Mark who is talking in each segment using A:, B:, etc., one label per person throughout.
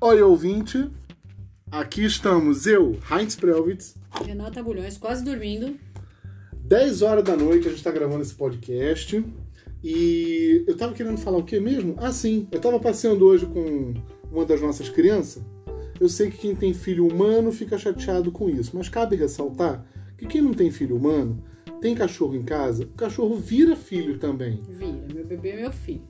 A: Oi, ouvinte. Aqui estamos eu, Heinz Prelwitz.
B: Renata Agulhões, quase dormindo.
A: 10 horas da noite a gente tá gravando esse podcast. E eu tava querendo falar o que mesmo? Ah, sim. Eu tava passeando hoje com uma das nossas crianças. Eu sei que quem tem filho humano fica chateado com isso, mas cabe ressaltar que quem não tem filho humano, tem cachorro em casa, o cachorro vira filho também.
B: Vira, meu bebê é meu filho.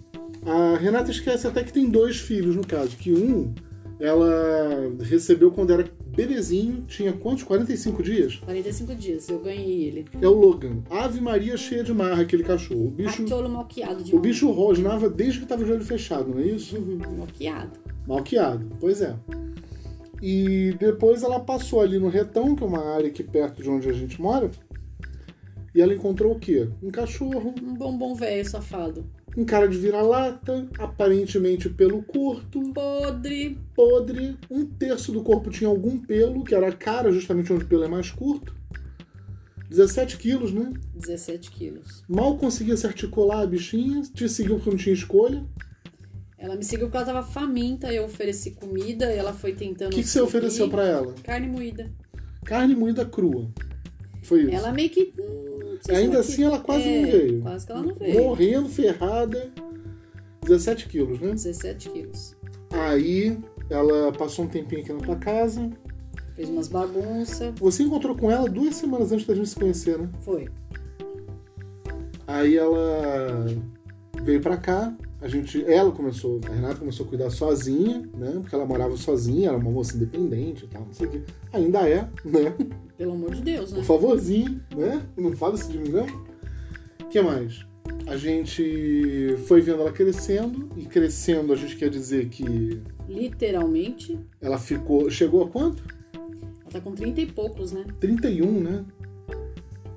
A: A Renata esquece até que tem dois filhos, no caso, que um ela recebeu quando era bebezinho, tinha quantos? 45 dias?
B: 45 dias, eu ganhei ele.
A: É o Logan. Ave Maria cheia de marra, aquele cachorro. O bicho,
B: Patolo moqueado de
A: o bicho rosnava desde que tava de olho fechado, não é isso?
B: mão. Moqueado.
A: Malqueado, pois é. E depois ela passou ali no retão, que é uma área aqui perto de onde a gente mora, e ela encontrou o quê? Um cachorro,
B: Um bombom velho safado.
A: um cara de vira-lata, aparentemente pelo curto,
B: Um Podre.
A: podre, um terço do corpo tinha algum pelo, que era a cara, justamente onde o pelo é mais curto. 17 quilos, né?
B: 17 quilos.
A: Mal conseguia se articular a bichinha, te seguiu porque não tinha escolha.
B: Ela me seguiu porque ela tava faminta, eu ofereci comida e ela foi
A: O
B: tentando.
A: que, que você
B: seguir.
A: ofereceu pra ela?
B: Carne moída.
A: Carne moída crua. Foi isso.
B: Ela meio que. hum, não sei se
A: Ainda
B: ela
A: assim,
B: que-
A: ela quase
B: É,
A: não veio.
B: Quase que ela não veio.
A: Morrendo, ferrada. 17 quilos, né?
B: 17 quilos.
A: Aí ela passou um tempinho aqui na tua casa.
B: Fez umas bagunças.
A: Você encontrou com ela duas semanas antes da gente se conhecer, né?
B: Foi.
A: Aí ela veio pra cá, a gente, ela começou, a Renata começou a cuidar sozinha, né? Porque ela morava sozinha, era uma moça independente e tal, não sei o quê. Ainda é, né?
B: Uhum. Pelo amor de Deus, né?
A: Por favorzinho, né? Não fala isso de mim, não. O que mais? A gente foi vendo ela crescendo, e crescendo a gente quer dizer que
B: Literalmente.
A: ela ficou. Chegou a quanto?
B: Ela tá com 30 e poucos, né?
A: 31, né?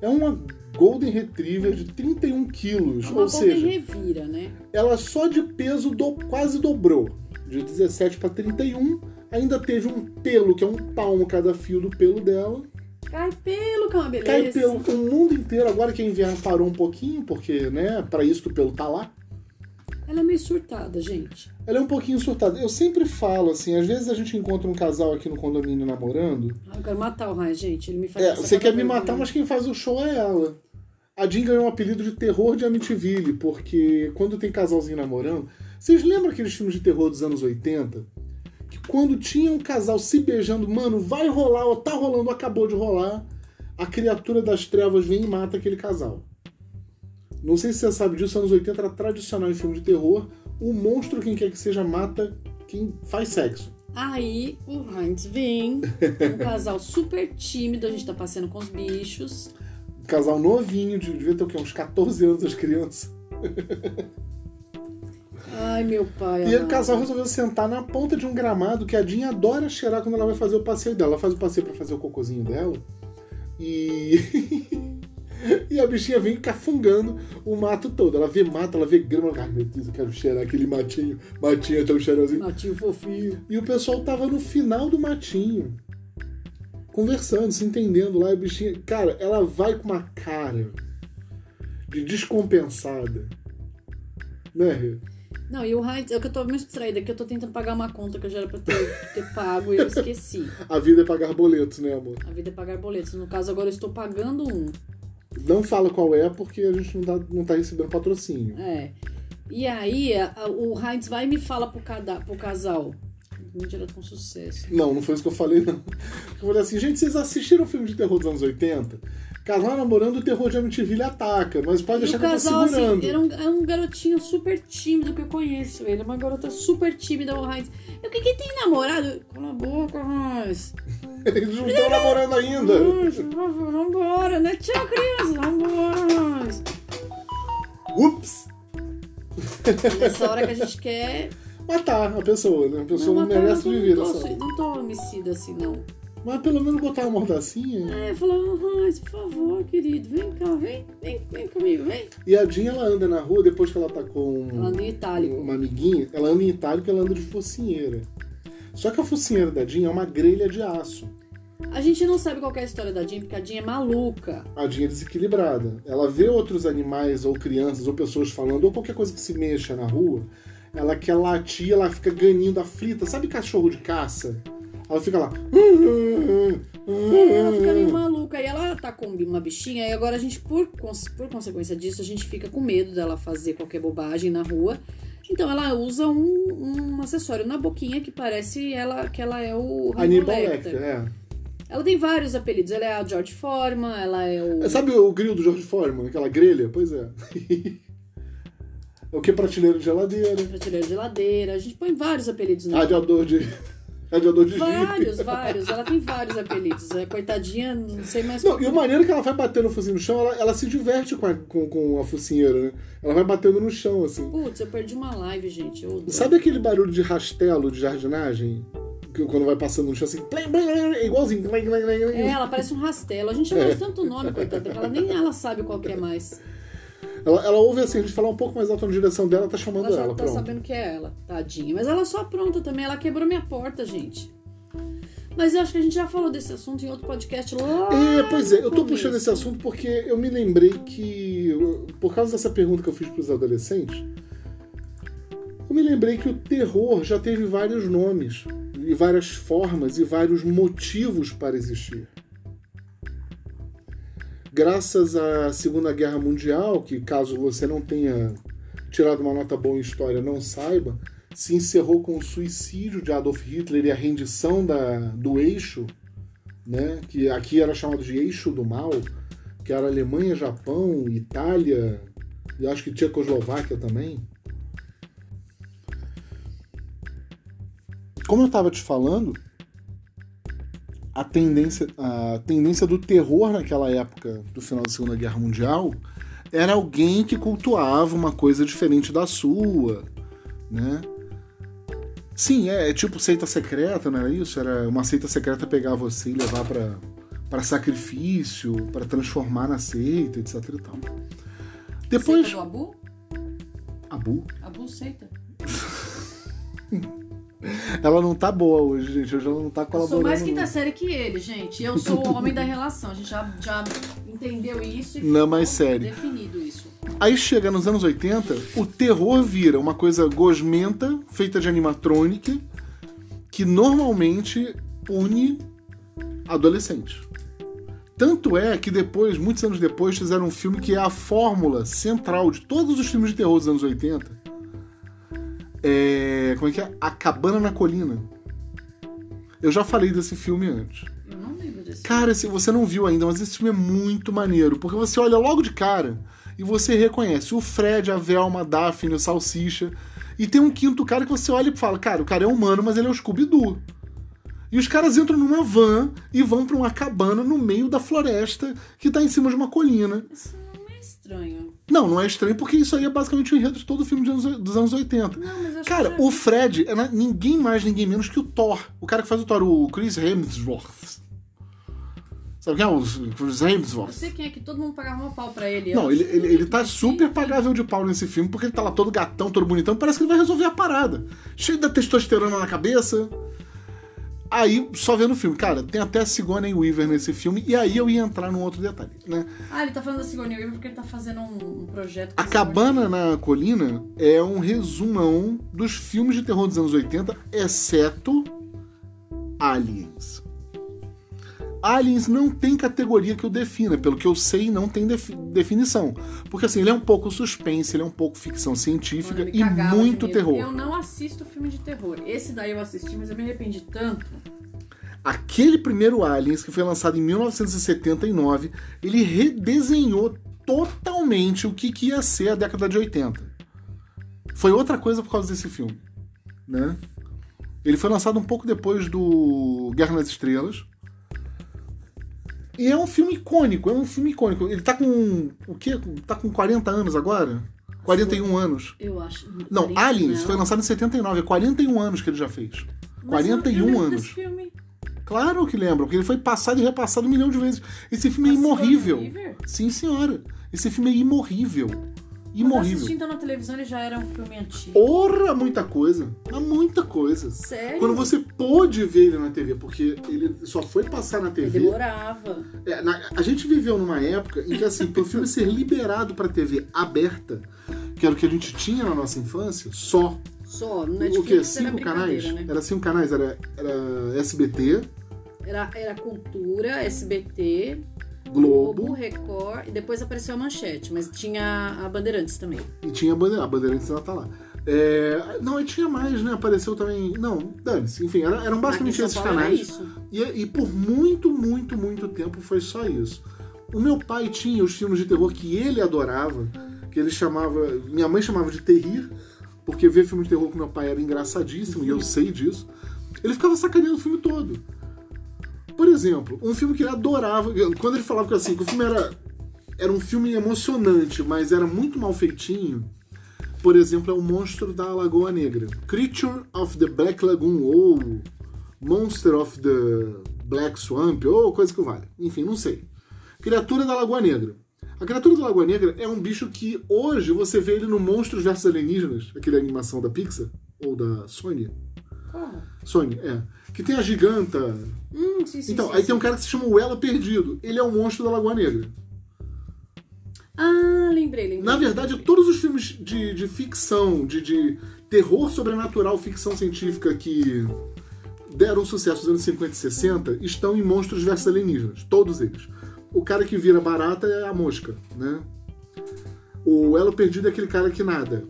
A: É uma Golden Retriever de 31 quilos.
B: É
A: ou
B: Uma boca
A: seja,
B: revira, né?
A: ela só de peso do- quase dobrou. De 17 para 31, ainda teve um pelo, que é um palmo cada fio do pelo dela.
B: Cai pelo, que é uma beleza.
A: Cai pelo o mundo inteiro, agora que a inverno parou um pouquinho, porque, né, para isso que o pelo tá lá.
B: Ela é meio surtada, gente.
A: Ela é um pouquinho surtada. Eu sempre falo assim, às vezes a gente encontra um casal aqui no condomínio namorando.
B: Ah, eu quero matar o Rai, gente. Ele me faz.
A: É,
B: passar
A: você
B: cada
A: quer me
B: vergonha.
A: matar, mas quem faz o show é ela. A Jean ganhou um apelido de terror de Amityville, porque quando tem casalzinho namorando. Vocês lembram aqueles filmes de terror dos anos 80? Que quando tinha um casal se beijando, mano, vai rolar, ou tá rolando, ou acabou de rolar, a criatura das trevas vem e mata aquele casal. Não sei se você sabe disso, anos 80 era tradicional em filme de terror. O monstro, quem quer que seja, mata quem faz sexo.
B: Aí o Heinz vem, um casal super tímido, a gente tá passeando com os bichos.
A: Um casal novinho, de- devia ter o quê? Uns 14 anos as crianças.
B: Ai, meu pai.
A: E o
B: amado.
A: casal resolveu sentar na ponta de um gramado que a Dinha adora cheirar quando ela vai fazer o passeio dela. Ela faz o passeio pra fazer o cocôzinho dela. E. e a bichinha vem cafungando o mato todo. Ela vê mato, ela vê grama. Ai meu Deus, eu quero cheirar aquele matinho. Matinho é tão cheirosinho.
B: Matinho fofinho.
A: E o pessoal tava no final do matinho. Conversando, se entendendo lá, e a bichinha. Cara, ela vai com uma cara de descompensada. Né, Rê?
B: Não, e o Heinz, é que eu tô muito distraída, que eu tô tentando pagar uma conta que eu já era pra ter, ter pago e eu esqueci.
A: A vida é pagar boletos, né, amor?
B: A vida é pagar boletos. No caso, agora eu estou pagando um.
A: Não fala qual é, porque a gente não tá, não tá recebendo patrocínio.
B: É. E aí, a- a- o Heinz vai e me fala pro, cada, pro casal. Mentira, com sucesso.
A: Não, não foi isso que eu falei, não. Eu falei assim, gente, vocês assistiram o filme de terror dos anos 80? Casal namorando, o terror de Amityville ataca, mas pode
B: E
A: deixar
B: o
A: que eu tô
B: casal,
A: segurando.
B: assim, era um, era um garotinho super tímido que eu conheço. Ele é uma garota super tímida, o Heinz. Eu, que quem tem namorado? Cala a boca, Heinz.
A: Eles não estão namorando ainda.
B: Heinz, vamos- Vambora, né? Tchau, criança. Vambora, Heinz.
A: Ups!
B: Nessa hora que a gente quer...
A: Matar a pessoa, né? A pessoa não,
B: mas, cara,
A: merece
B: eu
A: viver
B: não, tô,
A: nessa.
B: sui- não tô homicida assim, não.
A: Mas pelo menos botar uma mordacinha.
B: Aí eu falo, Heinz, por favor, querido. Vem cá, vem. Vem, vem comigo, vem.
A: E a Jean, ela anda na rua, depois que ela tá com...
B: Ela anda em itálico.
A: uma amiguinha, ela anda em itálico, ela anda de focinheira. Só que a focinheira da Jean é uma grelha de aço.
B: A gente não sabe qual que é a história da Jean, porque a Jean é maluca.
A: a Dinha é desequilibrada. Ela vê outros animais ou crianças ou pessoas falando ou qualquer coisa que se mexa na rua, Ela quer latir, ela fica ganindo aflita. Sabe cachorro de caça? Ela fica lá. Hum,
B: Ela fica meio maluca. E ela tá com uma bichinha. E agora a gente, por, cons- por consequência disso, a gente fica com medo dela fazer qualquer bobagem na rua. Então ela usa um, um acessório na boquinha que parece ela que ela é o
A: Aníbal
B: Hannibal Lecter.
A: Lecter, é.
B: Ela tem vários apelidos. Ela é a George Forma, ela é o.
A: Sabe o grill do George Foreman? Aquela grelha? Pois é. o que? é Prateleira de geladeira.
B: Prateleira de geladeira. A gente põe vários apelidos nela.
A: Radiador de... Radiador de Jeep.
B: Vários, vários. Ela tem vários apelidos. É, coitadinha, não sei mais
A: Não,
B: qual-
A: e a maneira que ela vai batendo o focinho no chão, ela, ela se diverte com a, com, com a focinheira, né? Ela vai batendo no chão, assim.
B: Putz, eu perdi uma live, gente. Eu...
A: Sabe aquele barulho de rastelo de jardinagem? Que quando vai passando no chão assim, plim, plim, plim, é igualzinho. plim, plim, plim, plim.
B: É, ela parece um rastelo. A gente chama de tanto nome, coitada, que ela nem ela sabe qual que é mais.
A: Ela, ela ouve assim, a gente falar um pouco mais alto na direção dela, tá chamando
B: Ela
A: ela,
B: já tá
A: pronto.
B: sabendo que é ela, tadinha. Mas ela é só apronta também, ela quebrou minha porta, gente. Mas eu acho que a gente já falou desse assunto em outro podcast lá.
A: É, pois é, eu tô
B: Começo.
A: puxando esse assunto porque eu me lembrei que, eu- por causa dessa pergunta que eu fiz pros adolescentes, eu me lembrei que o terror já teve vários nomes, e várias formas, e vários motivos para existir. Graças à Segunda Guerra Mundial, que caso você não tenha tirado uma nota boa em história, não saiba, se encerrou com o suicídio de Adolf Hitler e a rendição da, do eixo né, que aqui era chamado de Eixo do Mal, que era Alemanha, Japão, Itália, e acho que Tchecoslováquia também. Como eu estava te falando, a tendência, a tendência do terror naquela época do final da Segunda Guerra Mundial era alguém que cultuava uma coisa diferente da sua, né? Sim, é, é tipo seita secreta, não era isso? Era uma seita secreta pegar você e levar pra para sacrifício, pra transformar na seita, etc e tal. Depois,
B: Seita do Abu?
A: Abu,
B: Abu seita.
A: ela não tá boa hoje, gente. Hoje ela não tá
B: Eu
A: colaborando.
B: sou mais
A: não.
B: quinta série que ele, gente. Eu sou o homem da relação. A gente já, já entendeu isso e
A: Não, mas
B: ficou
A: sério.
B: definido isso.
A: Aí chega nos anos 80, o terror vira uma coisa gosmenta, feita de animatronic, que normalmente une adolescentes. Tanto é que depois, muitos anos depois, fizeram um filme que é a fórmula central de todos os filmes de terror dos anos 80. É. Como é que é? A Cabana na Colina. Eu já falei desse filme antes.
B: Eu não lembro desse.
A: Cara, se você não viu ainda, mas esse filme é muito maneiro, porque você olha logo de cara e você reconhece o Fred, a Velma, a Daphne, o Salsicha, e tem um quinto cara que você olha e fala, cara, o cara é humano, mas ele é o Scooby-Doo. E os caras entram numa van e vão pra uma cabana no meio da floresta que tá em cima de uma colina.
B: Isso não é estranho.
A: Não, não é estranho, porque isso aí é basicamente o enredo de todo o filme de anos- dos anos 80.
B: Não, mas eu acho
A: Cara,
B: que eu
A: o Fred é na- ninguém mais, ninguém menos que o Thor. O cara que faz o Thor, o Chris Hemsworth. Sabe quem é o Chris
B: já... Eu
A: Hemsworth?
B: sei quem é que todo mundo pagava um pau pra ele. eu
A: Não,
B: acho.
A: ele, ele, ele tá super pagável de pau nesse filme, porque ele tá lá todo gatão, todo bonitão, parece que ele vai resolver a parada. Cheio da testosterona na cabeça. Aí, só vendo o filme, cara, tem até a Sigourney Weaver nesse filme, e aí eu ia entrar num outro detalhe, né?
B: Ah, ele tá falando da Sigourney Weaver porque ele tá fazendo um, um projeto. com
A: A Cabana na Colina é um resumão dos filmes de terror dos anos 80, exceto Aliens. Aliens não tem categoria que o defina, pelo que eu sei, não tem defi- definição. Porque assim, ele é um pouco suspense, ele é um pouco ficção
B: Sigourney
A: científica
B: Weaver.
A: e
B: Mano, eu me cagava de
A: muito
B: medo.
A: terror.
B: Eu não assisto filme de terror. Esse daí eu assisti, mas eu me arrependi tanto.
A: Aquele primeiro Aliens, que foi lançado em 1979, ele redesenhou totalmente o que, que ia ser a década de 80. Foi outra coisa por causa desse filme. Né? Ele foi lançado um pouco depois do Guerra nas Estrelas. E é um filme icônico, é um filme icônico. Ele tá com. o quê? Tá com 40 anos agora? 41 anos.
B: Eu acho.
A: Não,
B: Parece,
A: Aliens
B: não.
A: foi lançado em 79, é 41 anos que ele já fez.
B: Mas eu- eu
A: 41
B: lembro
A: anos.
B: desse filme.
A: Claro que lembra, porque ele foi passado e repassado um milhão de vezes. Esse filme é
B: Mas
A: imorrível.
B: Sigourney Weaver?
A: Sim, senhora. Esse filme é imorrível.
B: Quando eu assisti
A: Imorrível.
B: então na televisão, ele já era um filme antigo.
A: Ora, muita coisa. Mas muita coisa.
B: Sério?
A: Quando você pôde ver ele na TV, porque ele só foi passar na
B: Ele
A: TV.
B: demorava.
A: É, na- a gente viveu numa época em que, assim, pro filme ser liberado pra TV aberta, que era o que a gente tinha na nossa infância, só
B: Só, no
A: o quê?
B: Netflix era
A: Cinco
B: brincadeira,
A: canais?
B: né?
A: Era cinco canais, era, era SBT,
B: Era, era Cultura, SBT,
A: Globo,
B: Record, e depois apareceu a Manchete, mas tinha a Bandeirantes também.
A: e tinha a Bandeirantes. A Bandeirantes ela tá lá. É, não, e tinha mais, né? Apareceu também. Não, dane-se. Enfim, era- eram basicamente
B: Aqui Ah, em São
A: esses
B: Paulo era
A: canais.
B: isso.
A: E, e por muito, muito, muito tempo foi só isso. O meu pai tinha os filmes de terror que ele adorava, que ele chamava. Minha mãe chamava de terrir, porque ver filme de terror com meu pai era engraçadíssimo, e eu sei disso. Ele ficava sacaneando o filme todo. Por exemplo, um filme que ele adorava. Quando ele falava que assim, que o filme era. Era um filme emocionante, mas era muito mal feitinho. Por exemplo, é o Monstro da Lagoa Negra. Creature of the Black Lagoon, ou Monster of the Black Swamp, ou coisa que vale. Enfim, não sei. Criatura da Lagoa Negra. A criatura da Lagoa Negra é um bicho que hoje você vê ele no Monstros vs Alienígenas, aquela animação da Pixar, ou da Sony.
B: Ah,
A: Sony, é. Que tem a giganta.
B: Hum, sim, sim,
A: então,
B: sim,
A: aí
B: sim.
A: tem um cara que se chama o Ela Perdido. Ele é o monstro da Lagoa Negra.
B: Ah, lembrei, lembrei.
A: Na verdade, todos os filmes de, de ficção, de, de terror sobrenatural, ficção científica que deram sucesso nos anos 50 e 60 estão em Monstros versus Alienígenas. Todos eles. O cara que vira barata é a mosca, né? O Elo Perdido é aquele cara que nada.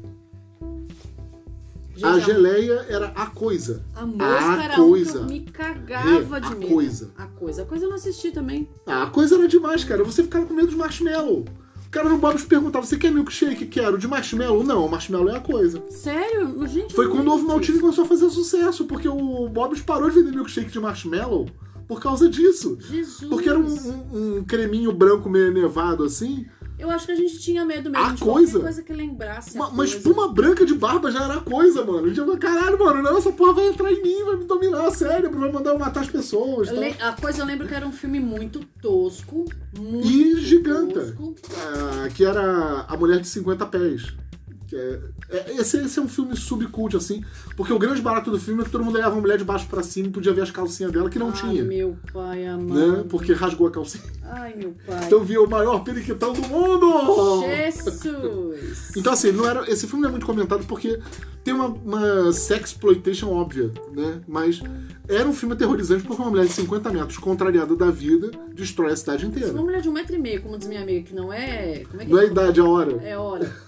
B: Gente,
A: A
B: a-
A: geleia era a coisa.
B: A mosca
A: a
B: era
A: coisa.
B: um que eu me cagava
A: Rê,
B: de
A: a
B: medo.
A: coisa.
B: A coisa. A coisa eu não assisti também.
A: Ah, a coisa era demais, cara. Você ficava com medo de marshmallow. O cara no Bob perguntava: você quer milkshake? Quero. De marshmallow? Não, marshmallow é a coisa.
B: Sério? Não, Gente,
A: Foi
B: não
A: quando o
B: lembro
A: Ovo Maltine
B: disso.
A: começou a fazer sucesso, porque o Bob's parou de vender milkshake de marshmallow por causa disso.
B: Jesus.
A: Porque era um, um- um creminho branco meio nevado assim,
B: Eu acho que a gente tinha medo mesmo
A: A
B: de qualquer
A: coisa?
B: coisa que lembrasse. a
A: uma, uma
B: coisa.
A: espuma branca de barba já era a coisa, mano. Eu digo, caralho, mano, não, essa porra vai entrar em mim, vai me dominar, sério, vai mandar eu matar as pessoas.
B: Eu
A: tal.
B: le- A coisa eu lembro que era um filme muito tosco. Muito
A: E giganta,
B: tosco.
A: ah, que era A Mulher de 50 Pés. Que é- é- esse, esse é um filme subcult, assim, porque o grande barato do filme é que todo mundo olhava a mulher de baixo pra cima e podia ver as calcinhas dela, que não
B: Ai,
A: tinha.
B: meu pai amado.
A: né? Porque rasgou a calcinha.
B: Ai, meu pai.
A: Então via o maior periquitão do mundo!
B: Jesus.
A: Então assim, não era, esse filme não é muito comentado porque tem uma, uma sexploitation óbvia, né? Mas era um filme aterrorizante porque uma mulher de 50 metros, contrariada da vida, destrói a cidade
B: Uma
A: inteira.
B: mulher de um metro e meio, como diz minha amiga, que não é. Como é que
A: Não é a idade, é a hora.
B: é? É hora.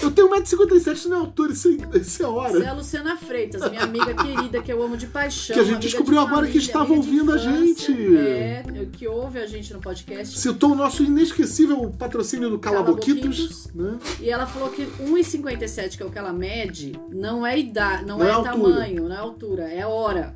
A: Eu tenho 1,57m, isso não é altura, isso é, isso é
B: Você é
A: hora.
B: a Luciana Freitas, minha amiga querida, que eu amo de paixão.
A: Que a gente
B: amiga de
A: descobriu agora que
B: família,
A: estava
B: amiga de
A: ouvindo a
B: infância,
A: gente.
B: É, que ouve a gente no podcast.
A: Citou o nosso inesquecível patrocínio do Calaboquitos,
B: Calaboquitos.
A: né?
B: E ela falou que 1,57, que é o que ela mede, não é idade, não,
A: Não é
B: é,
A: altura.
B: tamanho, não é altura, é hora.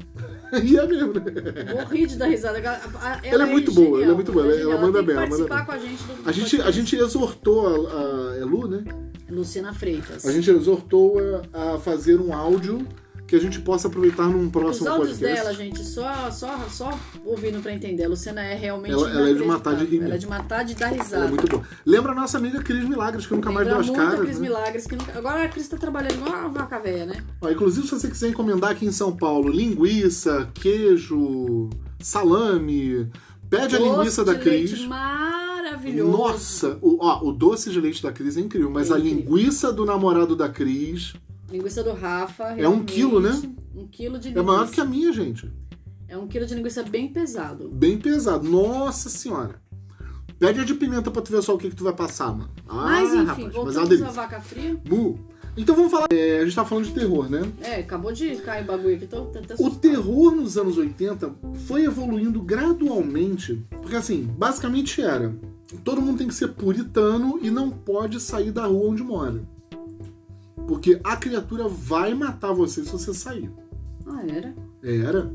A: E é mesmo, né?
B: Morri de dar risada. Ela, a-
A: Ela é muito boa, ela é muito boa, ela-
B: genial.
A: ela manda
B: tem que
A: bem, ela manda
B: participar
A: bem.
B: com a gente do
A: A gente, a
B: podcast.
A: gente exortou a, a Elu, né?
B: Luciana Freitas.
A: A gente exortou a, a fazer um áudio que a gente possa aproveitar num
B: Os
A: próximo
B: áudios
A: podcast.
B: dela, gente, só, só, só ouvindo pra entender. A Luciana é realmente.
A: Ela- ela é de matar de rir
B: inacreditável. Ela é
A: mesmo.
B: de matar de dar risada.
A: Ela é muito boa. Lembra a nossa amiga Cris Milagres, que nunca mais deu
B: Lembra
A: as
B: muito
A: caras.
B: a Cris
A: né?
B: Milagres, que nunca- agora a Cris tá trabalhando igual uma vaca véia, né?
A: Ó, inclusive, se você quiser encomendar aqui em São Paulo linguiça, queijo, salame, pede a
B: Doce
A: É linguiça da
B: de
A: Cris.
B: Leite maravilhoso.
A: Nossa, o, ó, o doce de leite da Cris é incrível, mas
B: É
A: a
B: incrível.
A: linguiça do namorado da Cris
B: Linguiça do Rafa.
A: É um
B: realmente.
A: quilo, né?
B: Um quilo de
A: é
B: linguiça.
A: maior que a minha, gente.
B: É um quilo de linguiça bem pesado.
A: Bem pesado. Nossa senhora. Pede a de pimenta pra tu ver só o que, que tu vai passar, mano. Ah,
B: mas enfim,
A: rapaz, mas é uma
B: voltamos à
A: delícia.
B: vaca fria.
A: Bu. Então vamos falar. é, a gente tá falando de terror, né?
B: É, acabou de cair o bagulho aqui, então tá até
A: O
B: assustado.
A: terror nos anos 80 foi evoluindo gradualmente, porque assim, basicamente era. Todo mundo tem que ser puritano e não pode sair da rua onde mora. Porque a criatura vai matar você se você sair.
B: Ah, era?
A: Era.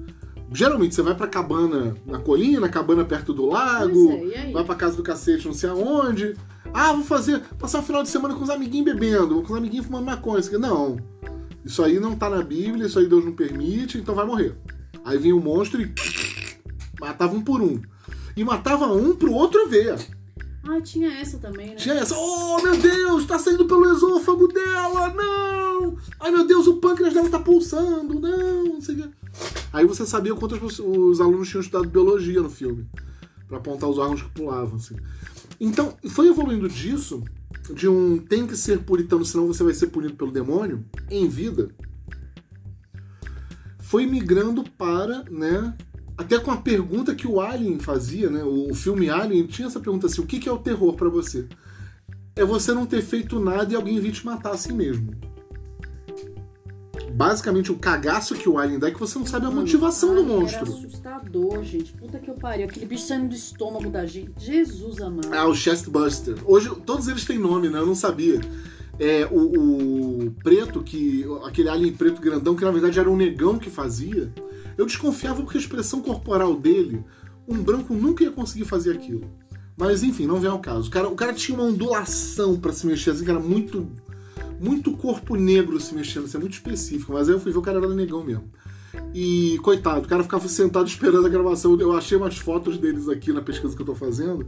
A: Geralmente você vai pra cabana na colina, cabana perto do lago.
B: Pois é, e aí?
A: Vai pra casa do cacete, não sei aonde. Ah, vou fazer. Passar o final de semana com os amiguinhos bebendo, com os amiguinhos fumando maconha. isso aqui. Não. Isso aí não tá na Bíblia, isso aí Deus não permite, então vai morrer. Aí vinha o monstro e. matava um por um. E matava um pro outro ver.
B: Ah, tinha essa também, né?
A: Tinha essa. Oh, meu Deus, tá saindo pelo esôfago dela, não! Ai, meu Deus, o pâncreas dela tá pulsando, não, não sei o quê. Aí você sabia quantos os alunos tinham estudado biologia no filme, Pra apontar os órgãos que pulavam, assim. Então, foi evoluindo disso, de um tem que ser puritano, senão você vai ser punido pelo demônio, em vida, foi migrando para, né? Até com a pergunta que o Alien fazia, né? O, o filme Alien tinha essa pergunta assim: o que, que é o terror para você? É você não ter feito nada e alguém vir te matar assim mesmo. Basicamente, o cagaço que o Alien dá é que você não sabe a
B: Mano,
A: motivação do
B: Hum. ai,
A: monstro.
B: Era assustador, gente. Puta que eu pariu. Aquele bicho saindo do estômago da gente. Jesus amado.
A: Ah, o Chestbuster. Hoje, todos eles têm nome, né? Eu não sabia. É, o, o preto, que aquele alien preto grandão, que na verdade era um negão que fazia, eu desconfiava porque a expressão corporal dele, um branco nunca ia conseguir fazer aquilo. Mas enfim, não vem ao caso. O cara, o cara tinha uma ondulação pra se mexer, assim, que era muito, muito corpo negro se mexendo, assim, é muito específico. Mas aí eu fui ver o cara era negão mesmo. E coitado, o cara ficava sentado esperando a gravação. Eu achei umas fotos deles aqui na pesquisa que eu tô fazendo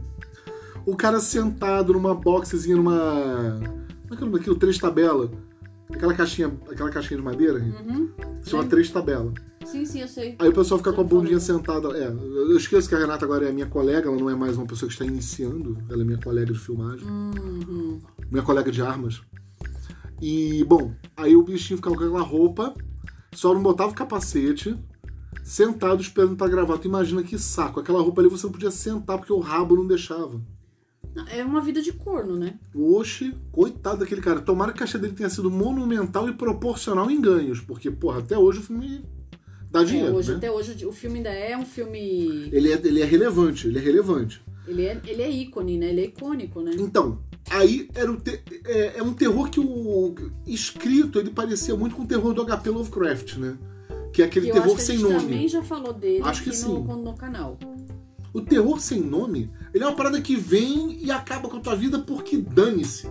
A: o cara sentado numa boxezinha, numa. Como é que é o nome daquilo? Três tabela. Aquela caixinha, aquela caixinha de madeira, gente.
B: Uhum.
A: se chama
B: Sim.
A: três tabela.
B: Sim, sim, eu sei.
A: Aí o pessoal fica com a
B: Tô falando.
A: bundinha sentada. É, eu esqueço que a Renata agora é minha colega, ela não é mais uma pessoa que está iniciando, ela é minha colega de filmagem,
B: Uhum.
A: minha colega de armas. E, bom, aí o bichinho ficava com aquela roupa, só não botava o capacete, sentado esperando pra gravar. Tu imagina que saco, aquela roupa ali você não podia sentar porque o rabo não deixava.
B: Não, É uma vida de corno, né?
A: Oxe, coitado daquele cara. Tomara que a caixa dele tenha sido monumental e proporcional em ganhos, porque, porra, até hoje o filme dá
B: É,
A: dinheiro.
B: hoje,
A: né?
B: Até hoje o filme ainda é um filme.
A: ele, é, ele é relevante, ele é relevante.
B: Ele é, ele é ícone, né? Ele é icônico, né?
A: Então, aí era o te- é, é um terror que o escrito ele parecia muito com o terror do HP Lovecraft, né? Que é aquele
B: Que eu
A: terror
B: acho que
A: sem
B: a gente
A: nome.
B: também já falou dele
A: Acho que
B: aqui
A: sim.
B: no, no canal.
A: O terror sem nome, ele é uma parada que vem e acaba com a tua vida porque dane-se.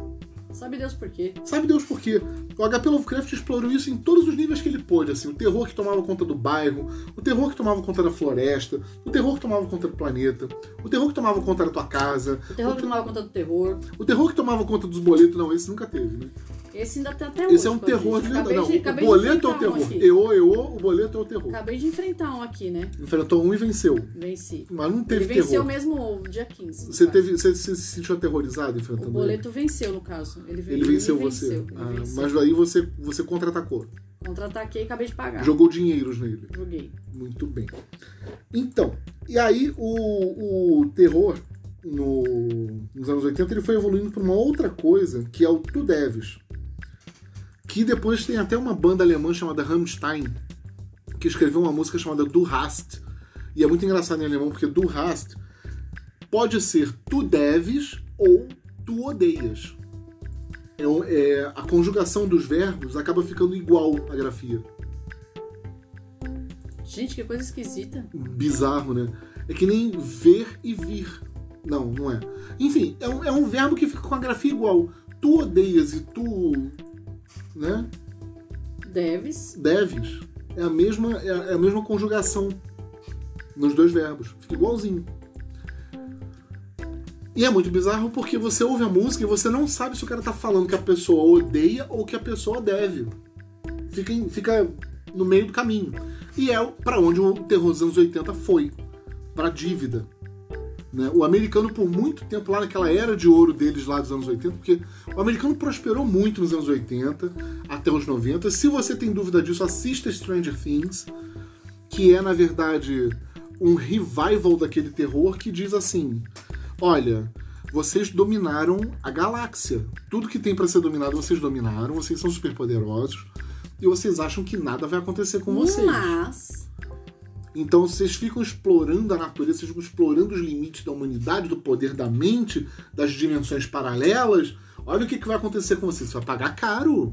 B: Sabe Deus por quê?
A: Sabe Deus por quê? O HP Lovecraft explorou isso em todos os níveis que ele pôde, assim, o terror que tomava conta do bairro, o terror que tomava conta da floresta, o terror que tomava conta do planeta, o terror que tomava conta da tua casa,
B: O terror que tomava conta do terror.
A: o terror que tomava conta dos boletos, não, esse nunca teve, né?
B: Esse ainda tem até hoje.
A: Esse é um
B: com a gente.
A: terror de verdade.
B: Acabei
A: Não,
B: de-
A: o
B: acabei de
A: boleto é o
B: enfrentar um
A: terror.
B: aqui.
A: Eô, eô, o boleto é o terror.
B: Acabei de enfrentar um aqui, né?
A: Enfrentou um e venceu.
B: Venci.
A: Mas não
B: Ele
A: teve
B: venceu
A: terror.
B: mesmo o dia 15. no
A: Você,
B: caso.
A: teve, você, você se sentiu aterrorizado enfrentando ele?
B: O boleto venceu, no caso. Ele,
A: Ele venceu você.
B: venceu, ele
A: Ah,
B: venceu.
A: mas aí você, você contra-atacou.
B: Contra-ataquei e acabei de pagar.
A: Jogou dinheiros nele.
B: Joguei.
A: Muito bem. Então, e aí o, o terror no- nos anos 80 ele foi evoluindo para uma outra coisa, que é o Tu Deves. Que depois tem até uma banda alemã chamada Rammstein, que escreveu uma música chamada Du Hast. E é muito engraçado em alemão, porque Du Hast pode ser Tu Deves ou Tu Odeias. É, um- é, a conjugação dos verbos acaba ficando igual a grafia.
B: Gente, que coisa esquisita.
A: bizarro, né? É que nem ver e vir. Não, não é. Enfim, é um, é um verbo que fica com a grafia igual. Tu odeias e tu. né?
B: Deves.
A: Deves. É a mesma, é a- é a mesma conjugação nos dois verbos. Fica igualzinho. E é muito bizarro porque você ouve a música e você não sabe se o cara tá falando que a pessoa odeia ou que a pessoa deve. Fica, em- fica no meio do caminho. E é para onde o terror dos anos 80 foi. Pra dívida. né? O americano, por muito tempo, lá naquela era de ouro deles lá dos anos 80, porque o americano prosperou muito nos anos 80 até os 90. Se você tem dúvida disso, assista Stranger Things, que é, na verdade, um revival daquele terror que diz assim: olha, vocês dominaram a galáxia. Tudo que tem pra ser dominado, vocês dominaram, vocês são superpoderosos. E vocês acham que nada vai acontecer com vocês.
B: Mas.
A: Então vocês ficam explorando a natureza, vocês ficam explorando os limites da humanidade, do poder da mente, das dimensões paralelas. Olha o que, que vai acontecer com vocês. Você vai pagar caro.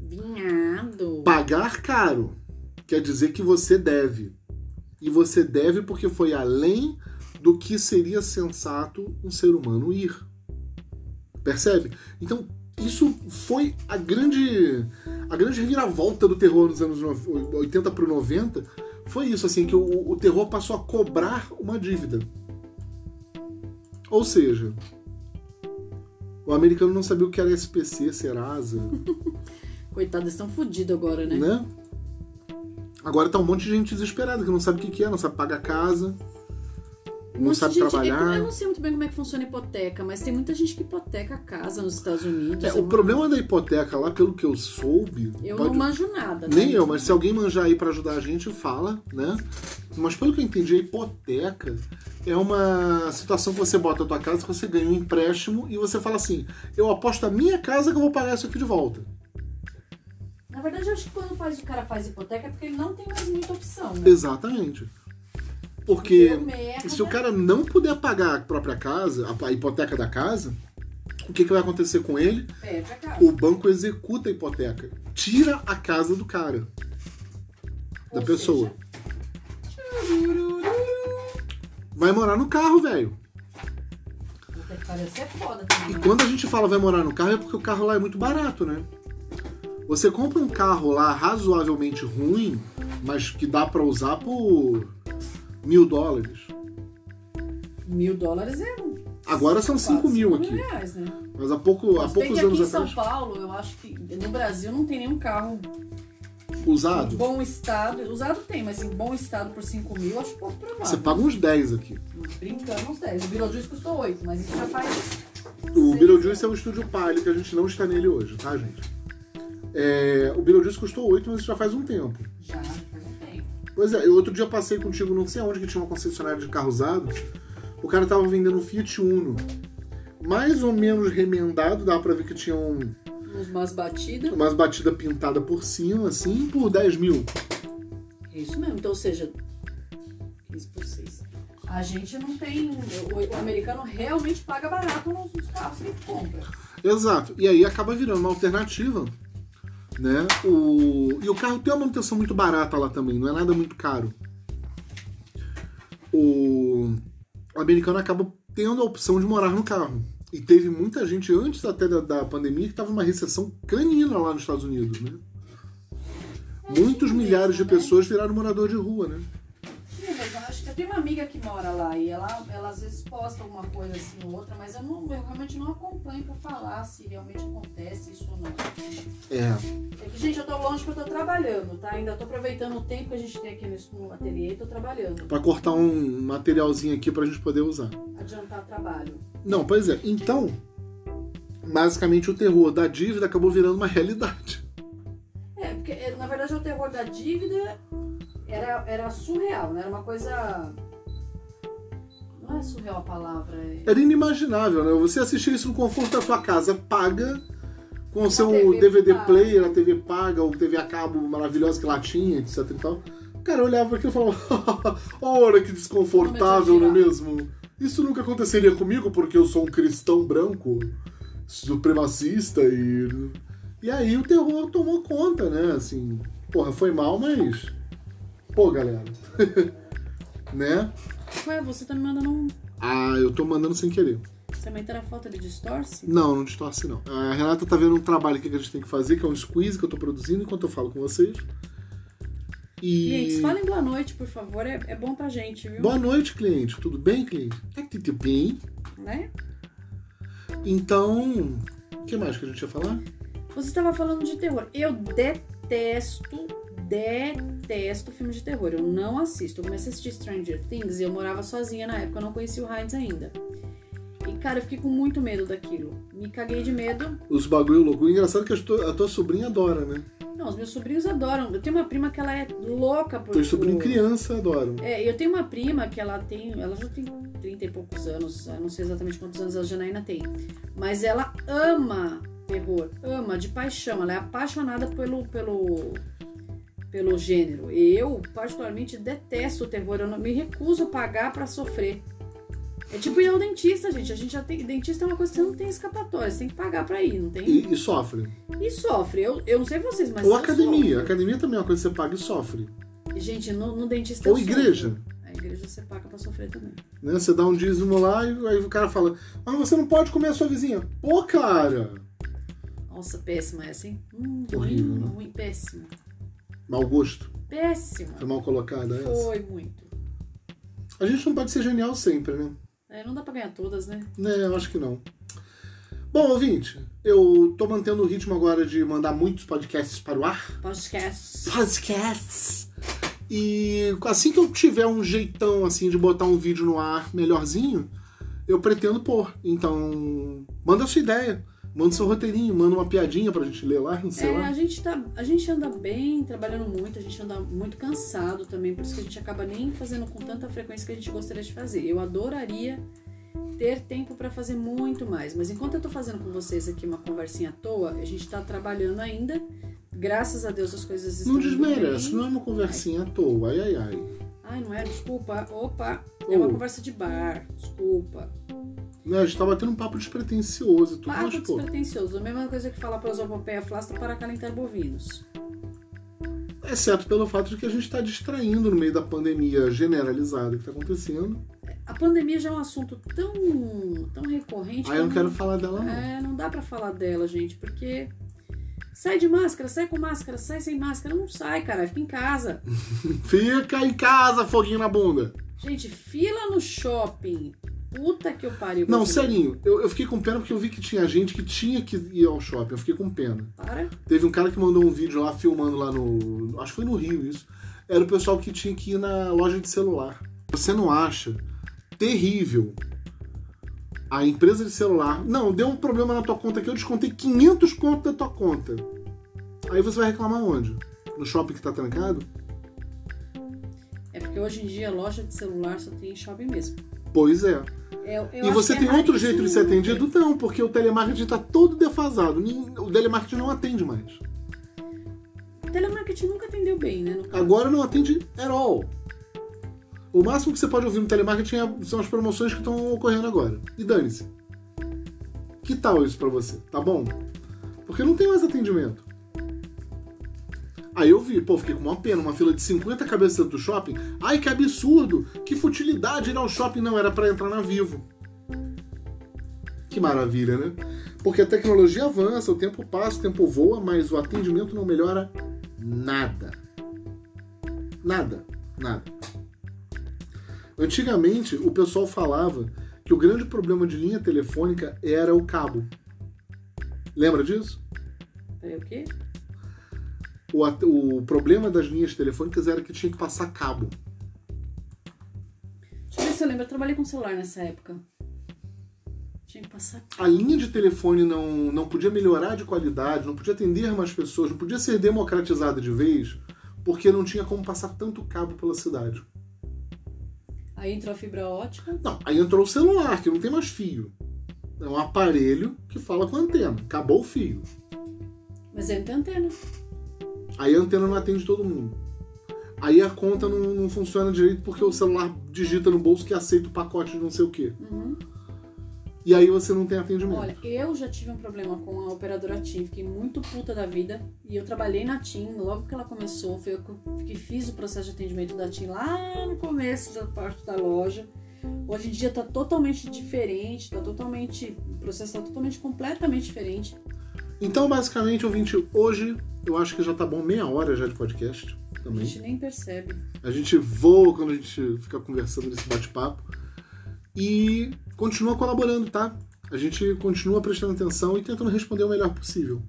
B: Vinhado.
A: Pagar caro quer dizer que você deve. E você deve porque foi além do que seria sensato um ser humano ir. Percebe? Então, isso foi a grande a grande reviravolta do terror nos anos no- 80 para 90. Foi isso, assim, que o, o terror passou a cobrar uma dívida. Ou seja, o americano não sabia o que era SPC, Serasa,
B: Coitado, eles estão fodidos agora, né?
A: né? Agora tá um monte de gente desesperada que não sabe o que, que é, não sabe pagar casa. não
B: monte
A: sabe
B: de gente- é como-
A: trabalhar.
B: eu não sei muito bem como é que funciona a hipoteca, mas tem muita gente que hipoteca a casa nos Estados Unidos.
A: É,
B: eu,
A: o problema da hipoteca lá, pelo que eu soube,
B: eu
A: pode-
B: não manjo nada. né?
A: nem eu, mas se alguém manjar aí pra ajudar a gente, fala, né? Mas pelo que eu entendi, a hipoteca é uma situação que você bota a tua casa, que você ganha um empréstimo e você fala assim: eu aposto a minha casa que eu vou pagar isso aqui de volta.
B: Na verdade, eu acho que quando faz, o cara faz hipoteca é porque ele não tem mais muita opção, né?
A: Exatamente. Porque
B: Deu merda.
A: se o cara não puder pagar a própria casa, a- a hipoteca da casa, o que, que vai acontecer com ele?
B: Perde a casa.
A: O banco executa a hipoteca, tira a casa do cara, da
B: Ou
A: pessoa.
B: seja,
A: Vai morar no carro, velho.
B: puta que pariu, isso é foda
A: E
B: também. né?
A: quando a gente fala vai morar no carro, é porque o carro lá é muito barato, né? Você compra um carro lá razoavelmente ruim, mas que dá pra usar por mil dólares.
B: Mil dólares é. um-
A: Agora são
B: quase
A: cinco mil
B: cinco
A: aqui.
B: Reais, né?
A: Mas há, pouco, há
B: Se bem
A: poucos
B: que
A: anos
B: aqui em São
A: atrás,
B: Paulo, eu acho que no Brasil não tem nenhum carro em
A: usado,
B: bom estado. Usado tem, mas em bom estado por 5 mil, eu acho pouco
A: você
B: provável.
A: paga uns 10 aqui.
B: Brincando uns 10. O Beetlejuice custou 8, mas isso já faz.
A: O
B: Sim.
A: Beetlejuice é um estúdio palio que a gente não está nele hoje, tá, gente? É, o Beetlejuice custou 8, mas isso já faz um tempo.
B: Já, faz um tempo.
A: Pois é, eu outro dia passei contigo, não sei onde, que tinha uma concessionária de carro usado. O cara tava vendendo um Fiat Uno. Mais ou menos remendado, dá pra ver que tinha um,
B: Uns umas batidas.
A: umas batidas pintadas por cima, assim, por 10 mil.
B: É isso mesmo. Então, ou seja, 15 por 6. A gente não tem. O, o americano realmente paga barato nos, nos carros que ele compra.
A: Exato. E aí acaba virando uma alternativa, né? O... E o carro tem uma manutenção muito barata lá também, não é nada muito caro. O, o americano acaba tendo a opção de morar no carro. E teve muita gente antes até da, da pandemia que tava uma recessão canina lá nos Estados Unidos, né? Muitos milhares de pessoas viraram morador de rua, né?
B: Tinha mesmo, acho que eu tenho uma amiga que mora lá e ela, ela às vezes posta alguma coisa assim ou outra, mas eu, não, eu realmente não acompanho pra falar se realmente acontece isso ou não.
A: É.
B: É que, gente, eu tô longe porque eu tô trabalhando, tá? Ainda tô aproveitando o tempo que a gente tem aqui no, no ateliê e tô trabalhando.
A: Pra cortar um materialzinho aqui pra gente poder usar.
B: Adiantar trabalho.
A: Não, pois é. Então, basicamente o terror da dívida acabou virando uma realidade.
B: É, porque é, na verdade o terror da dívida era, era surreal, né? Era uma coisa. Não é surreal a palavra, é.
A: Era inimaginável, né? Você assistir isso no conforto da sua casa, paga, com o seu
B: TV
A: DVD
B: paga.
A: player, a TV paga, ou TV a cabo maravilhosa que lá tinha, etc e tal. Cara, eu olhava pra aquilo e falava, ora que desconfortável, não é mesmo? Isso nunca aconteceria comigo porque eu sou um cristão branco, supremacista e... E aí o terror tomou conta, né? Assim, porra, foi mal, mas... Pô, galera. né?
B: Ué, você tá me mandando um.
A: Ah, eu tô mandando sem querer.
B: Você vai entrar a foto, ele distorce?
A: Não, não distorce não. A Renata tá vendo um trabalho aqui que a gente tem que fazer, que é um squeeze que eu tô produzindo enquanto eu falo com vocês. E.
B: Gente, falem boa noite, por favor. É, é bom pra gente, viu?
A: Boa noite, cliente. Tudo bem, cliente? Tá tudo bem?
B: Né?
A: Então. O que mais que a gente ia falar?
B: Você estava falando de terror. Eu detesto, detesto filme de terror. Eu não assisto. Eu comecei a assistir Stranger Things e eu morava sozinha na época. Eu não conhecia o Heinz ainda. E, cara, eu fiquei com muito medo daquilo. Me caguei de medo.
A: Os bagulho louco. O engraçado é que a tua, a tua sobrinha adora, né?
B: Não, os meus sobrinhos adoram. Eu tenho uma prima que ela é louca por
A: Teu sobrinho
B: por-
A: criança adoram.
B: É, eu tenho uma prima que ela tem, ela já tem 30 e poucos anos, eu não sei exatamente quantos anos a Janaína tem, mas ela ama terror, ama de paixão, ela é apaixonada pelo pelo pelo gênero. Eu particularmente detesto o terror, eu não, me recuso a pagar pra sofrer. É tipo ir ao dentista, gente. A gente já tem dentista é uma coisa que você não tem escapatória, você tem que pagar pra ir, não tem?
A: E, e sofre.
B: E sofre. Eu, eu não sei vocês, mas
A: Ou
B: eu
A: academia. Academia também é uma coisa que você paga e sofre.
B: sofro. Gente, no, no dentista eu
A: Ou
B: sofro.
A: igreja.
B: A igreja você paga pra sofrer também.
A: Né? Você dá um dízimo lá e aí o cara fala: Mas você não pode comer a sua vizinha. Pô, cara!
B: Nossa, péssima essa, hein? Hum,
A: Horrível,
B: ruim,
A: né?
B: ruim, péssima.
A: Mau gosto.
B: Péssima.
A: Foi Tá mal colocada é essa?
B: Foi muito.
A: A gente não pode ser genial sempre, né?
B: É, não dá pra ganhar todas, né?
A: Né, eu acho que não. Bom, ouvinte, eu tô mantendo o ritmo agora de mandar muitos podcasts para o ar.
B: Podcasts.
A: Podcasts! E assim que eu tiver um jeitão assim de botar um vídeo no ar melhorzinho, eu pretendo pôr. Então, manda a sua ideia, manda seu roteirinho, manda uma piadinha pra gente ler lá, não sei
B: É,
A: lá.
B: a gente, tá, a gente anda bem, trabalhando muito, a gente anda muito cansado também, por isso que a gente acaba nem fazendo com tanta frequência que a gente gostaria de fazer. Eu adoraria ter tempo pra fazer muito mais, mas enquanto eu tô fazendo com vocês aqui uma conversinha à toa, a gente tá trabalhando ainda. Graças a Deus as coisas estão
A: Não
B: indo
A: desmerece,
B: bem.
A: não é uma conversinha à toa, ai ai ai.
B: Ai, não é? Desculpa. Opa, é uma
A: Oh.
B: conversa de bar. Desculpa.
A: Né, a gente tá batendo um papo despretensioso e tudo,
B: Papo
A: mas pô,
B: despretensioso. A mesma coisa que falar prosopopeia flasta para calentar bovinos.
A: exceto pelo fato de que a gente tá distraindo no meio da pandemia generalizada que tá acontecendo.
B: A pandemia já é um assunto tão, tão recorrente.
A: Aí Ah, eu não
B: que
A: quero falar dela não.
B: É, não dá pra falar dela, gente, porque. Sai de máscara, sai com máscara, sai sem máscara. Não sai, cara, fica em casa.
A: Fica em casa, foguinho na bunda.
B: Gente, fila no shopping. Puta que eu pariu.
A: Não,
B: brasileiro.
A: serinho, eu, eu fiquei com pena porque eu vi que tinha gente que tinha que ir ao shopping. Eu fiquei com pena.
B: Para.
A: Teve um cara que mandou um vídeo lá filmando lá no. Acho que foi no Rio isso. Era o pessoal que tinha que ir na loja de celular. Você não acha terrível a empresa de celular? Não, deu um problema na tua conta que eu descontei 500 conto da tua conta. Aí você vai reclamar onde? No shopping que tá trancado?
B: É porque hoje em dia loja de celular só tem em shopping mesmo.
A: Pois é.
B: É, eu
A: e
B: acho
A: você
B: que é
A: tem outro
B: raríssimo
A: jeito de ser
B: não ter.
A: atendido? Não, porque o telemarketing tá todo defasado. Nin- O telemarketing não atende mais.
B: Telemarketing nunca atendeu bem, né? No caso.
A: agora não atende at all. O máximo que você pode ouvir no telemarketing é- são as promoções que estão ocorrendo agora. E dane-se. Que tal isso pra você? Tá bom? Porque não tem mais atendimento. Aí eu vi, pô, fiquei com uma pena, uma fila de 50 cabeças dentro do shopping. Ai, que absurdo! Que futilidade ir ao shopping não era pra entrar na Vivo. Que maravilha, né? Porque a tecnologia avança, o tempo passa, o tempo voa, mas o atendimento não melhora nada. Nada, nada. Antigamente, o pessoal falava que o grande problema de linha telefônica era o cabo. Lembra disso?
B: Peraí, o quê?
A: O, at- o problema das linhas telefônicas era que tinha que passar cabo.
B: Deixa eu ver se eu lembro. Eu trabalhei com celular nessa época. Tinha que passar.
A: A linha de telefone não, não podia melhorar de qualidade, não podia atender mais pessoas, não podia ser democratizada de vez, porque não tinha como passar tanto cabo pela cidade.
B: Aí entrou a fibra ótica.
A: Não, aí entrou o celular, que não tem mais fio. É um aparelho que fala com a antena. Acabou o fio.
B: Mas aí não tem antena.
A: Aí a antena não atende todo mundo. Aí a conta não, não funciona direito porque o celular digita no bolso que aceita o pacote de não sei o quê.
B: Uhum.
A: E aí você não tem atendimento.
B: Olha, eu já tive um problema com a operadora TIM. Fiquei muito puta da vida. E eu trabalhei na TIM. Logo que ela começou, foi eu que- que fiz o processo de atendimento da TIM lá no começo da parte da loja. Hoje em dia tá totalmente diferente. Tá totalmente... O processo tá totalmente, completamente diferente.
A: Então, basicamente, ouvinte, hoje eu acho que já tá bom meia hora já de podcast
B: A
A: também.
B: gente nem percebe.
A: A gente voa quando a gente fica conversando nesse bate-papo. E continua colaborando, tá? A gente continua prestando atenção e tentando responder o melhor possível.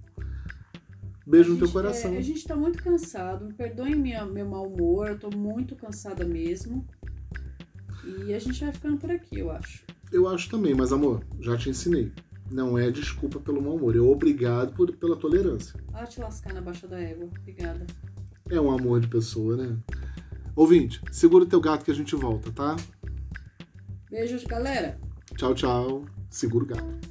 A: Beijo
B: A
A: no teu
B: gente-
A: coração.
B: é, a gente tá muito cansado. Me perdoem minha, meu mau humor, eu tô muito cansada mesmo. E a gente vai ficando por aqui, eu acho.
A: Eu acho também, mas amor, já te ensinei. Não é desculpa pelo mau humor, é obrigado por- pela tolerância.
B: Ah, te lascar na baixa da égua. Obrigada.
A: É um amor de pessoa, né? Ouvinte, segura o teu gato que a gente volta, tá?
B: Beijos, galera.
A: Tchau, tchau. Segura o gato.